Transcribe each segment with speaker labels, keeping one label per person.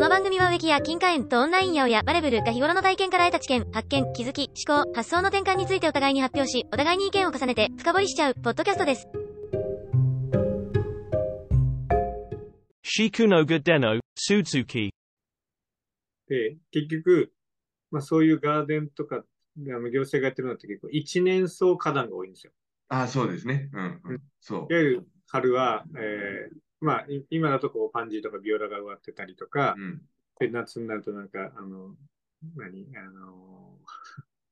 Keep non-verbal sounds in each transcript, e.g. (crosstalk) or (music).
Speaker 1: の番組は植木や金貨園とオンラインや親、バレブルが日頃の体験から得た知見、発見、気づき、思考、発想の転換についてお互いに発表し、お互いに意見を重ねて深掘りしちゃう、ポッドキャストです。
Speaker 2: Shikunoga Deno, Sudzuki.
Speaker 3: で、結局、まあそういうガーデンとか、あの行政がやってるのって結構一年草花壇が多いんですよ。
Speaker 4: ああ、そうですね。うん、うん、そう
Speaker 3: い。わゆる春は、えーまあい今だとこうパンジーとかビオラが植わってたりとか、
Speaker 4: うん、
Speaker 3: で夏になるとなんか、あの、何、あの、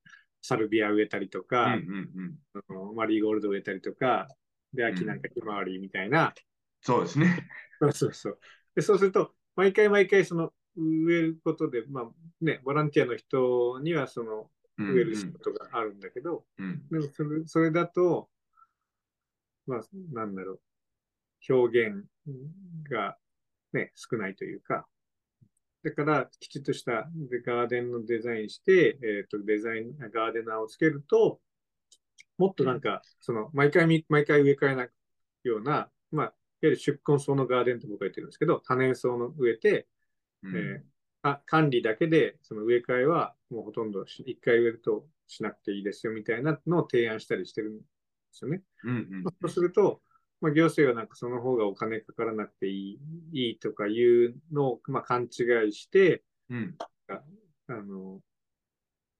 Speaker 3: (laughs) サルビア植えたりと
Speaker 4: うん、う
Speaker 3: か、
Speaker 4: ん、うん。
Speaker 3: あのマリーゴールド植えたりとか、で、秋なんかひまわりみたいな、
Speaker 4: そうですね。
Speaker 3: そう (laughs) そうそう。で、そうすると、毎回毎回その植えることで、まあね、ボランティアの人にはその、
Speaker 4: うん、
Speaker 3: 植える仕事があるんだけど、
Speaker 4: うん、
Speaker 3: でもそれそれだと、まあ、なんだろう、表現が、ね、少ないというか、だから、きちっとしたでガーデンのデザインして、えっ、と、デザイン、ガーデナーをつけると、もっとなんか、その、毎回み、毎回植え替えないような、まあ、いわゆる宿根草のガーデンと僕は言ってるんですけど、多年草の植えて、
Speaker 4: うん、うん
Speaker 3: えーあ管理だけで、その植え替えはもうほとんどし一回植えるとしなくていいですよみたいなのを提案したりしてるんですよね。
Speaker 4: うん、
Speaker 3: まあそうすると、まあ、行政はなんかその方がお金かからなくていいいいとかいうのを、まあ、勘違いして、
Speaker 4: うん、
Speaker 3: あの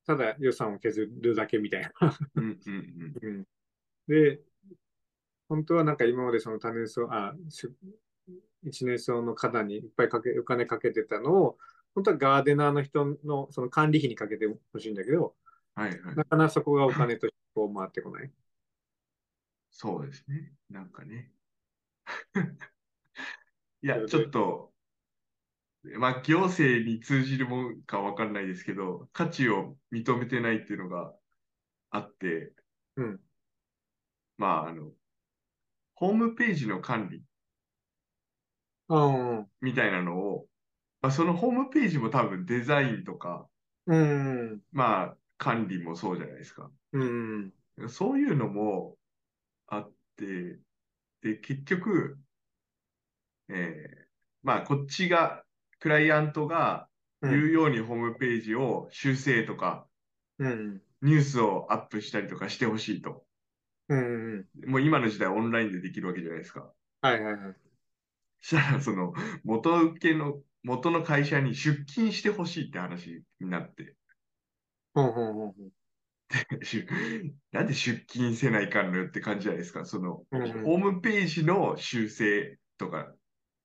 Speaker 3: ただ予算を削るだけみたいな。
Speaker 4: うん、うん、
Speaker 3: うんで、本当はなんか今までその多年草、あ、し一年草の花壇にいっぱいかけ、お金かけてたのを、本当はガーデナーの人のその管理費にかけてほしいんだけど、
Speaker 4: はい、はい。
Speaker 3: なかなかそこがお金としてこう回ってこない。
Speaker 4: そうですね。なんかね。 (laughs) いや
Speaker 3: それ、で
Speaker 4: ちょっと、まあ、行政に通じるもんかわかんないですけど、価値を認めてないっていうのがあって、
Speaker 3: うん。
Speaker 4: まあ、あの、ホームページの管理
Speaker 3: うん。
Speaker 4: みたいなのを、まあ、そのホームページも多分デザインとか、
Speaker 3: うん。
Speaker 4: まあ、管理もそうじゃないですか。
Speaker 3: うん。
Speaker 4: そういうのもあって、で、結局、えーまあ、こっちが、クライアントが
Speaker 3: う。
Speaker 4: 言うんようにホームページを修正とか、
Speaker 3: うん。
Speaker 4: ニュースをアップしたりとかしてほしいと。
Speaker 3: うん。
Speaker 4: もう今の時代オンラインでできるわけじゃないですか。
Speaker 3: はいはいはい。
Speaker 4: したら、その、元請けの、元の会社に出勤してほしいって話になって。 (laughs)
Speaker 3: ほんほんほんほん。
Speaker 4: 出なんで出勤せないかんのよって感じじゃないですか。その、
Speaker 3: うんうん
Speaker 4: ホームページの修正とか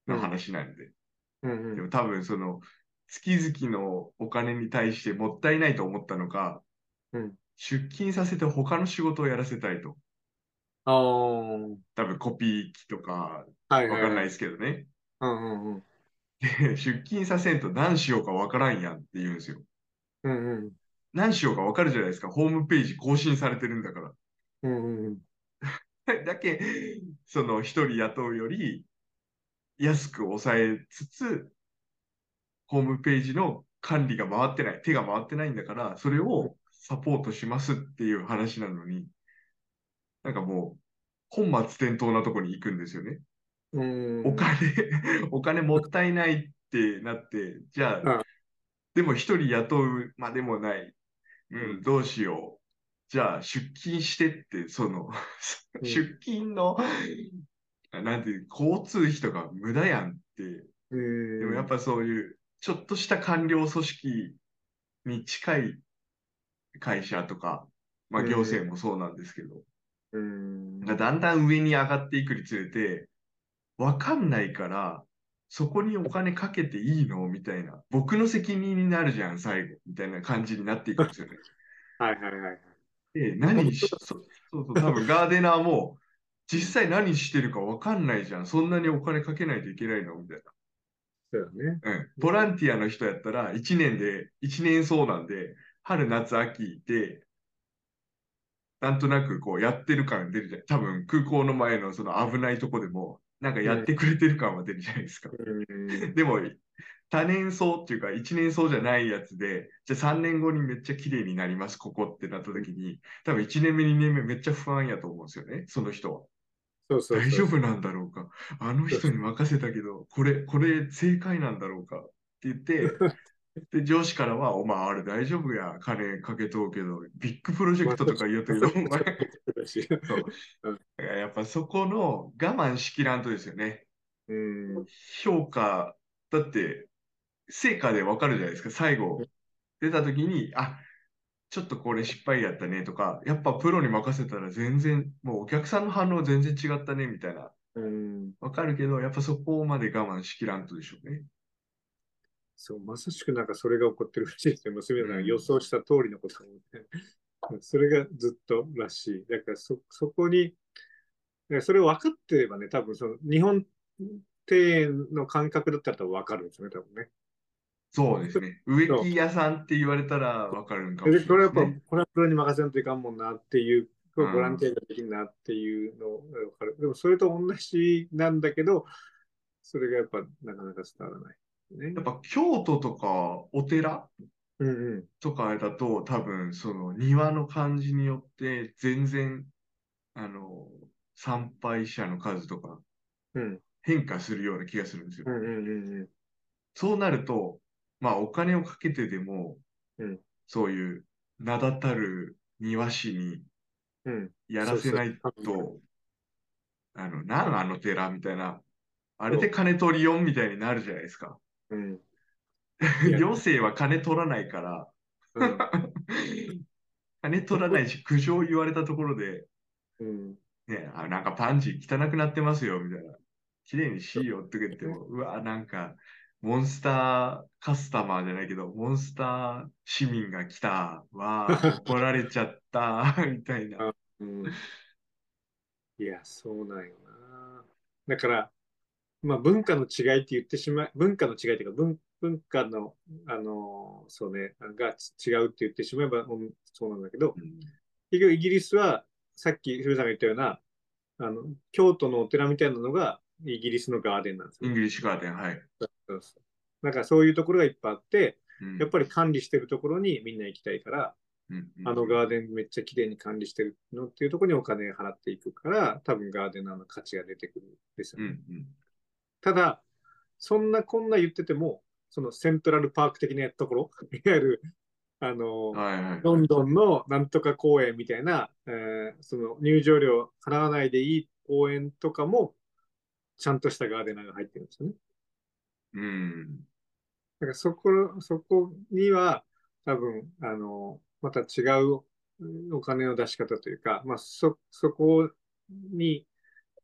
Speaker 4: の話なんで。
Speaker 3: うん
Speaker 4: で
Speaker 3: うん
Speaker 4: も多分その、月々のお金に対してもったいないと思ったのか、
Speaker 3: うん
Speaker 4: 出勤させて他の仕事をやらせたいと。
Speaker 3: あー
Speaker 4: 多分コピー機とか、
Speaker 3: はい
Speaker 4: わ
Speaker 3: はい
Speaker 4: かんな
Speaker 3: はいい。
Speaker 4: ですけどね。 (laughs)
Speaker 3: うんうんうん。
Speaker 4: で出勤させんと何しようかわからんやんって言うんですよ。
Speaker 3: うんうん。
Speaker 4: 何しようかわかるじゃないですか。ホームページ更新されてるんだから。
Speaker 3: うんうんうん。
Speaker 4: (laughs) だけ、その一人雇うより安く抑えつつ、ホームページの管理が回ってない、手が回ってないんだから、それをサポートしますっていう話なのに、なんかもう、本末転倒なとこに行くんですよね。
Speaker 3: うん
Speaker 4: お金、 (laughs) お金もったいないってなって、じゃ
Speaker 3: う
Speaker 4: あ
Speaker 3: ん、
Speaker 4: でも一人雇うまでもない。う、
Speaker 3: うん
Speaker 4: どうしよう。じゃあ、出勤してって、その、
Speaker 3: うん
Speaker 4: 出勤の、なんていう、交通費とか無駄やんって。
Speaker 3: うん
Speaker 4: でもやっぱそういう、ちょっとした官僚組織に近い会社とか、まあ
Speaker 3: うん
Speaker 4: 行政もそうなんですけど、
Speaker 3: うん
Speaker 4: なんかだんだん上に上がっていくにつれて、わかんないから、そこにお金かけていいのみたいな。僕の責任になるじゃん、最後。みたいな感じになっていくんですよね。
Speaker 3: はいはいはい。
Speaker 4: で、何し、そうそうそう、多分ガーデナーも、実際何してるかわかんないじゃん。そんなにお金かけないといけないのみたい
Speaker 3: そうだね。
Speaker 4: な。うん。ボランティアの人やったら、1年で、1年そうなんで、春、夏、秋で、なんとなくこうやってる感出るじゃん。多分空港の前のその危ないとこでも、なんかやってくれてる感は出るじゃないですか。
Speaker 3: うん。
Speaker 4: でも、多年草っていうか、1年草じゃないやつで、じゃあ3年後にめっちゃ綺麗になります、ここってなった時に、多分1年目、2年目めっちゃ不安やと思うんですよね、その人は。
Speaker 3: そうそうそう。
Speaker 4: 大丈夫なんだろうかあの人に任せたけど、これ、これ正解なんだろうか
Speaker 3: (laughs)
Speaker 4: 言って、で、上司からは、お前、あれ大丈夫や、金かけとうけど、ビッグプロジェクトとか言
Speaker 3: (laughs)
Speaker 4: うと言う、お前、だか
Speaker 3: だし。
Speaker 4: らやっぱそこの我慢しきらんとですよね。
Speaker 3: うん。
Speaker 4: 評価、だって、成果でわかるじゃないですか、最後。出た時に、あ、ちょっとこれ失敗やったねとか、やっぱプロに任せたら全然、もうお客さんの反応全然違ったね、みたいな。
Speaker 3: うん。
Speaker 4: わかるけど、やっぱそこまで我慢しきらんとでしょうね。
Speaker 3: そう、まさしくなんかそれが起こってるらしいですね。娘さんが予想した通りのことなんでそれがずっとらしい。だからそ、そこに、だからそれを分かってればね、多分その日本庭園の感覚だったら多分分かるんですよね、多分ね。
Speaker 4: そうですね。植木屋さんって言われたらわかるんかもし
Speaker 3: で、
Speaker 4: れ
Speaker 3: こ
Speaker 4: な
Speaker 3: れ
Speaker 4: い
Speaker 3: はや
Speaker 4: です
Speaker 3: っぱ、
Speaker 4: ね
Speaker 3: これはプロに任せんといかんもんなっていう、こ
Speaker 4: うん
Speaker 3: れボランティアができるなっていうのを分かる。でも、それと同じなんだけど、それがやっぱなかなか伝わらない。ね
Speaker 4: やっ。ぱ京都とかお寺
Speaker 3: うんうん。
Speaker 4: とかだと多分その庭の感じによって全然あの参拝者の数とか
Speaker 3: うん
Speaker 4: 変化するような気がするんですよ。
Speaker 3: うんうんうんうん。
Speaker 4: そうなると、まあお金をかけてでも、
Speaker 3: うん
Speaker 4: そういう名だたる庭師に
Speaker 3: うん。
Speaker 4: やらせない
Speaker 3: そうそう
Speaker 4: と、あの、なんあの寺みたいな、あれで金取りよんみたいになるじゃないですか。
Speaker 3: うん。
Speaker 4: (laughs)
Speaker 3: いや
Speaker 4: 行政は金取らないから、
Speaker 3: うん
Speaker 4: 金取らないし、苦情言われたところで、
Speaker 3: うん。
Speaker 4: ね、あなんかパンジー汚くなってますよ、みたいな。綺麗にしいよって言って
Speaker 3: (laughs)
Speaker 4: も、うわ、なんか、モンスターカスタマーじゃないけど、モンスター市民が来た、わあ、怒られちゃった、 (laughs) みたいな。
Speaker 3: うんいや、そうなんよな。だから、まあ、文化の違いって言ってしまい、文化の違いというか、文文化の、あの、そうね、が違うって言ってしまえば、うんそうなんだけど、結局イギリスは、さっき古さんが言ったような、あの、京都のお寺みたいなのが、イギリスのガーデンなんです
Speaker 4: イン
Speaker 3: よ。
Speaker 4: グリッシュガーデン、はい。
Speaker 3: そうそうなんかそういうところがいっぱいあって、
Speaker 4: うん
Speaker 3: やっぱり管理してるところにみんな行きたいから、
Speaker 4: うんうん
Speaker 3: あのガーデンめっちゃ綺麗に管理してるのっていうところにお金払っていくから、多分ガーデナーの価値が出てくるんですよ
Speaker 4: うん
Speaker 3: ね。
Speaker 4: うん
Speaker 3: ただ、そんなこんな言ってても、そのセントラルパーク的なところ、 (laughs) いわゆる、あの、
Speaker 4: はいはい。
Speaker 3: ロンドンのなんとか公園みたいな、えーその入場料払わないでいい公園とかも、ちゃんとしたガーデナーが入ってるんですよね。
Speaker 4: うん。
Speaker 3: だからそこ、そこには多分、あの、また違ううんお金の出し方というか、まあ、そ、そこに、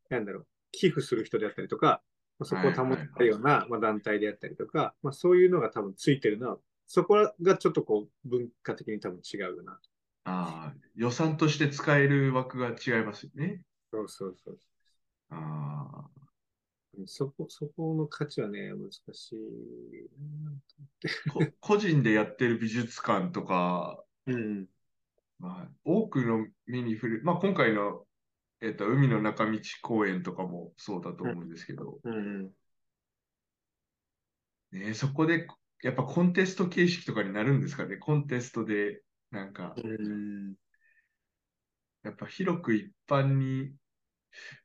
Speaker 3: なんだろう、寄付する人であったりとか、まあ、そこを保ったような、まあ、団体であったりとか、まあ、そういうのが多分ついてるな。そこがちょっとこう、文化的に多分違うよな。
Speaker 4: ああ、予算として使える枠が違いますよね。
Speaker 3: そうそうそう。
Speaker 4: ああ。
Speaker 3: そこ、そこの価値はね、難しい
Speaker 4: こ個人でやってる美術館とか、
Speaker 3: な。うん。
Speaker 4: まあ、多くの目に触れる、まあ、今回の、えっと、海の中道公園とかもそうだと思うんですけど、
Speaker 3: うん。
Speaker 4: ね、そこでやっぱコンテスト形式とかになるんですかね、コンテストで、なんか、
Speaker 3: うん。
Speaker 4: やっぱ広く一般に、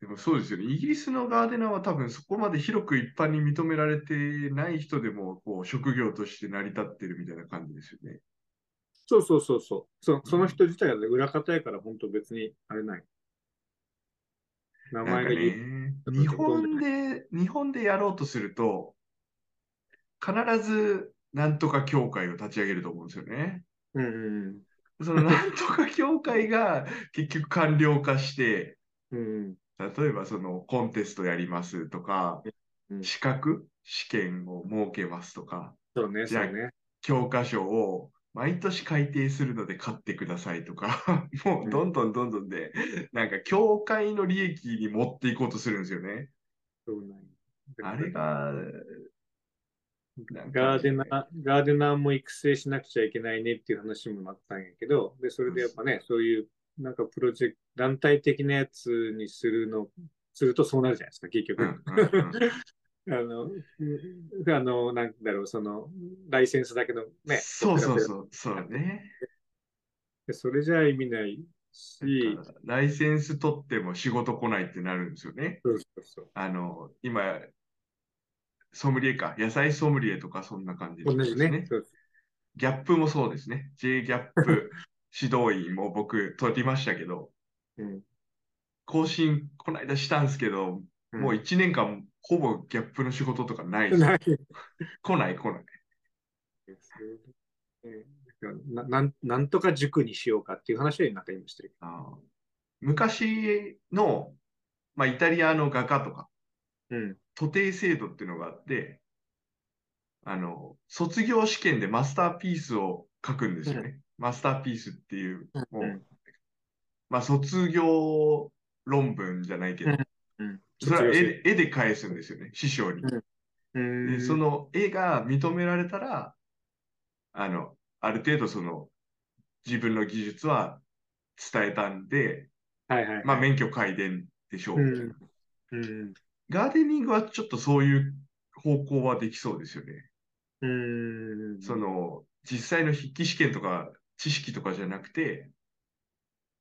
Speaker 4: でもそうですよね、イギリスのガーデナーは多分そこまで広く一般に認められてない人でも、こう、職業として成り立ってるみたいな感じですよね。
Speaker 3: そうそうそうそう。そその人自体が裏方やから、本当別にあれない。名
Speaker 4: な
Speaker 3: 前
Speaker 4: ん
Speaker 3: が
Speaker 4: か
Speaker 3: 言う
Speaker 4: ね、日本で、日本でやろうとすると、必ずなんとか協会を立ち上げると思うんですよね。
Speaker 3: うんうん
Speaker 4: そのなんとか協会が結局官僚化して、
Speaker 3: うん。うん
Speaker 4: 例えばそのコンテストやりますとか
Speaker 3: う、ん
Speaker 4: 資格、試験を設けますとか、
Speaker 3: そうね、
Speaker 4: じ
Speaker 3: そ
Speaker 4: ゃ
Speaker 3: う
Speaker 4: あ
Speaker 3: ね。
Speaker 4: 教科書を毎年改訂するので買ってくださいとか、 (laughs) もうどんどんどんどんで、なんか協会の利益に持っていこうとするんですよね。
Speaker 3: そうなんよ
Speaker 4: あれが、なんかね
Speaker 3: ガーデナー、ガーデナーも育成しなくちゃいけないねっていう話もあったんやけど、で、それでやっぱね、そういう、なんかプロジェクト、団体的なやつにするの、するとそうなるじゃないですか、結
Speaker 4: う
Speaker 3: 局。
Speaker 4: んうんうん
Speaker 3: あの、うんあの、なんだろう、その、ライセンスだけの (laughs) ね、
Speaker 4: そうそうそう、そうね。
Speaker 3: でそれじゃ意味ないし、
Speaker 4: だからライセンス取っても仕事来ないってなるんですよね。
Speaker 3: そうそうそう。
Speaker 4: あの、今、ソムリエか、野菜ソムリエとかそんな感じです
Speaker 3: 同じね。そうです
Speaker 4: ギャップもそうですね。J ギャップ (laughs) 指導員も僕取りましたけど、
Speaker 3: うん
Speaker 4: 更新この間したんですけど、もう1年間ほぼギャップの仕事とかないです。
Speaker 3: ない
Speaker 4: 来ない来ない。
Speaker 3: ですねだからな (laughs) なんなんとか塾にしようかっていう話はなんか今してるけ
Speaker 4: あー昔の、まあ、イタリアの画家とか、
Speaker 3: ど。うん。
Speaker 4: 徒弟制度っていうのがあって、あの、卒業試験でマスターピースを書くんですよね。マスターピースっていう、もう、
Speaker 3: うん
Speaker 4: まあ、卒業論文じゃないけど、
Speaker 3: うんうん。
Speaker 4: それは絵
Speaker 3: 卒業
Speaker 4: で絵で返すんですよね、師匠に。
Speaker 3: 生う
Speaker 4: で、
Speaker 3: ん
Speaker 4: その絵が認められたら、あの、ある程度その、自分の技術は伝えたんで、
Speaker 3: はいはい。
Speaker 4: まあ、免許改伝でしょう。
Speaker 3: うんうん。
Speaker 4: ガーデニングはちょっとそういう方向はできそうですよね。
Speaker 3: うん。
Speaker 4: その、実際の筆記試験とか知識とかじゃなくて、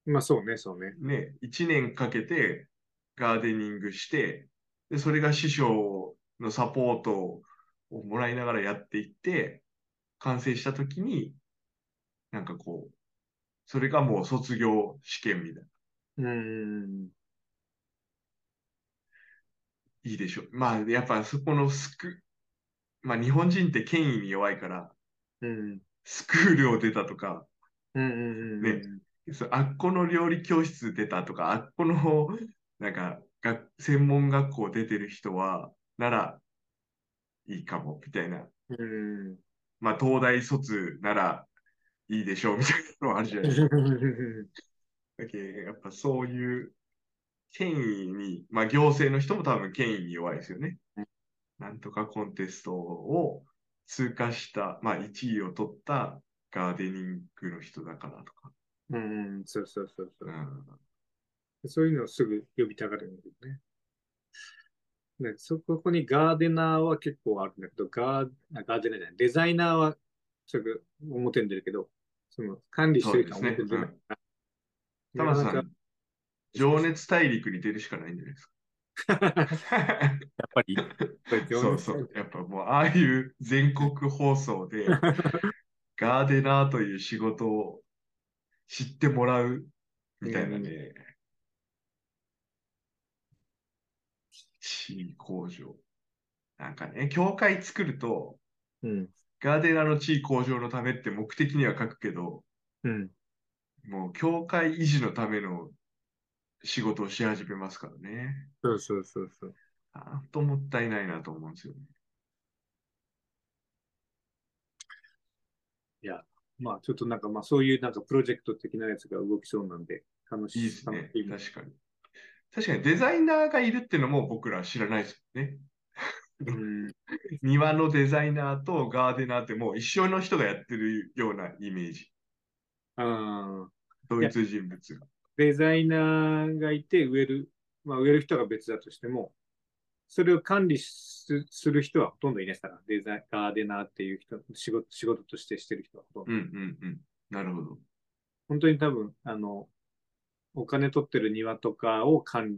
Speaker 3: まあそうね、そうね。
Speaker 4: ね、1年かけてガーデニングして、で、それが師匠のサポートをもらいながらやっていって、完成した時に、なんかこう、それがもう卒業試験みたいな。
Speaker 3: うん。
Speaker 4: いいでしょう。まあ、やっぱそこのスク、まあ日本人って権威に弱いから、
Speaker 3: うん。
Speaker 4: スクールを出たとか、
Speaker 3: うんうんうん
Speaker 4: ねそうあっこの料理教室出たとか、あっこの、なんか、学専門学校出てる人は、なら、いいかも、みたいな。
Speaker 3: うん。
Speaker 4: まあ、東大卒なら、いいでしょう、みたいなのはあるじゃないですか。
Speaker 3: うん。
Speaker 4: だけどやっぱそういう、権威に、まあ、行政の人も多分権威に弱いですよね。なんとかコンテストを通過した、まあ、1位を取ったガーデニングの人だからとか。
Speaker 3: うん、そうそうそうそうう、
Speaker 4: ん
Speaker 3: そういうのをすぐ呼びたがるんだよね。ね、そここにガーデナーは結構あるんだけど、ガーあガーデナーじゃない、デザイナーはすぐ表に出るけど、その管理してる人は
Speaker 4: そう
Speaker 3: 表
Speaker 4: ですね
Speaker 3: に出ないから。
Speaker 4: タマさ、
Speaker 3: なかなん
Speaker 4: 情熱大陸に出るしかないんじゃないですか。
Speaker 5: やっぱり、
Speaker 3: か
Speaker 4: そうそう。やっぱもう、ああいう全国放送で、ガーデナーという仕事を知ってもらうみたいなね。地位向上。なんかね、教会作ると、
Speaker 3: うん。
Speaker 4: ガーデナーの地位向上のためって目的には書くけど、
Speaker 3: うん。
Speaker 4: もう教会維持のための仕事をし始めますからね。
Speaker 3: そうそうそうそう。
Speaker 4: あともったいないなと思うんですよね。
Speaker 3: まあちょっとなんかまあそういうなんかプロジェクト的なやつが動きそうなんで、楽し
Speaker 4: いいですね
Speaker 3: 楽し。み
Speaker 4: 確かに。確かにデザイナーがいるってのも僕ら知らないですよね。
Speaker 3: うん。
Speaker 4: 庭のデザイナーとガーデナーってもう一緒の人がやってるようなイメージ。
Speaker 3: ああ。
Speaker 4: 同一人物が。
Speaker 3: デザイナーがいて植える、まあ、植える人が別だとしても、それを管理すする人はほとんどいないですから、デザイガーデナーっていう人、仕事仕事としてしてる人はほとんど。
Speaker 4: うんうんうん。なるほど。
Speaker 3: 本当に多分、あの、お金取ってる庭とかを管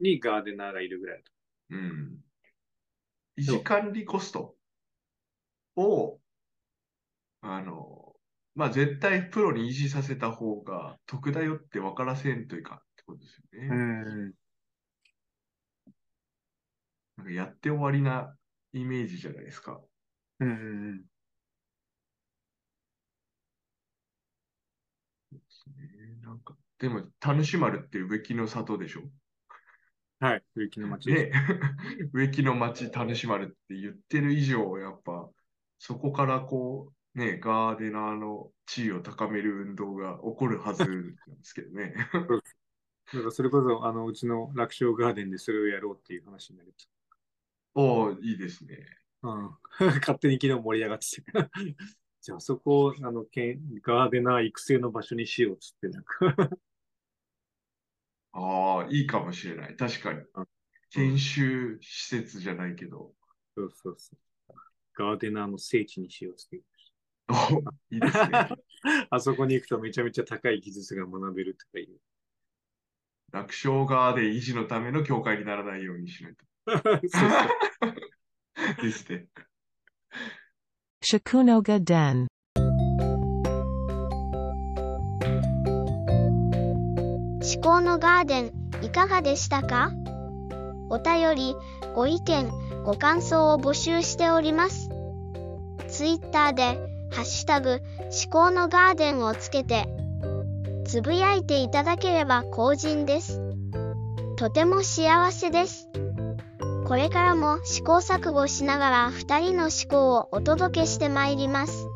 Speaker 3: 理にガーデナーがいるぐらいだと。
Speaker 4: うん。維持管理コストを、あの、まあ、絶対プロに維持させた方が得だよって分からせんというかってことですよね。
Speaker 3: ん。
Speaker 4: なんかやって終わりなイメージじゃないですか。
Speaker 3: うん。
Speaker 4: ねなんか、でも、田主丸って植木の里でしょ
Speaker 3: はい。植木の町です。
Speaker 4: ね、 (laughs) 植木の町田主丸って言ってる以上、やっぱ、そこからこう、ね、ガーデナーの地位を高める運動が起こるはずなんですけどね。 (laughs)
Speaker 3: だからそれこそ、あの、うちの楽勝ガーデンでそれをやろうっていう話になりまし
Speaker 4: おおいいですね。
Speaker 3: た。うん。 (laughs) 勝手に昨日盛り上がってて。 (laughs) じゃあ、そこを、あの、けんガーデナー育成の場所にしようっつって、なんか (laughs)
Speaker 4: ああ、いいかもしれない。確かに
Speaker 3: うん。
Speaker 4: 研修施設じゃないけど。
Speaker 3: そうそうそう。ガーデナーの聖地にしようっつって。
Speaker 4: おーいいですね。
Speaker 3: (laughs) あそこに行くとめちゃめちゃ高い技術が学べるとかいう。
Speaker 4: 楽勝ガーデン維持のための教会にならないようにしないと。
Speaker 3: そうそう
Speaker 4: ですね。
Speaker 5: Shikunoga Den.
Speaker 6: 「至高のガーデン」いかがでしたかお便りご意見ご感想を募集しておりますツイッターで「ハッシュタグ至高のガーデン」をつけてつぶやいていただければ幸甚ですとても幸せですこれからも試行錯誤しながら2人の思考をお届けしてまいります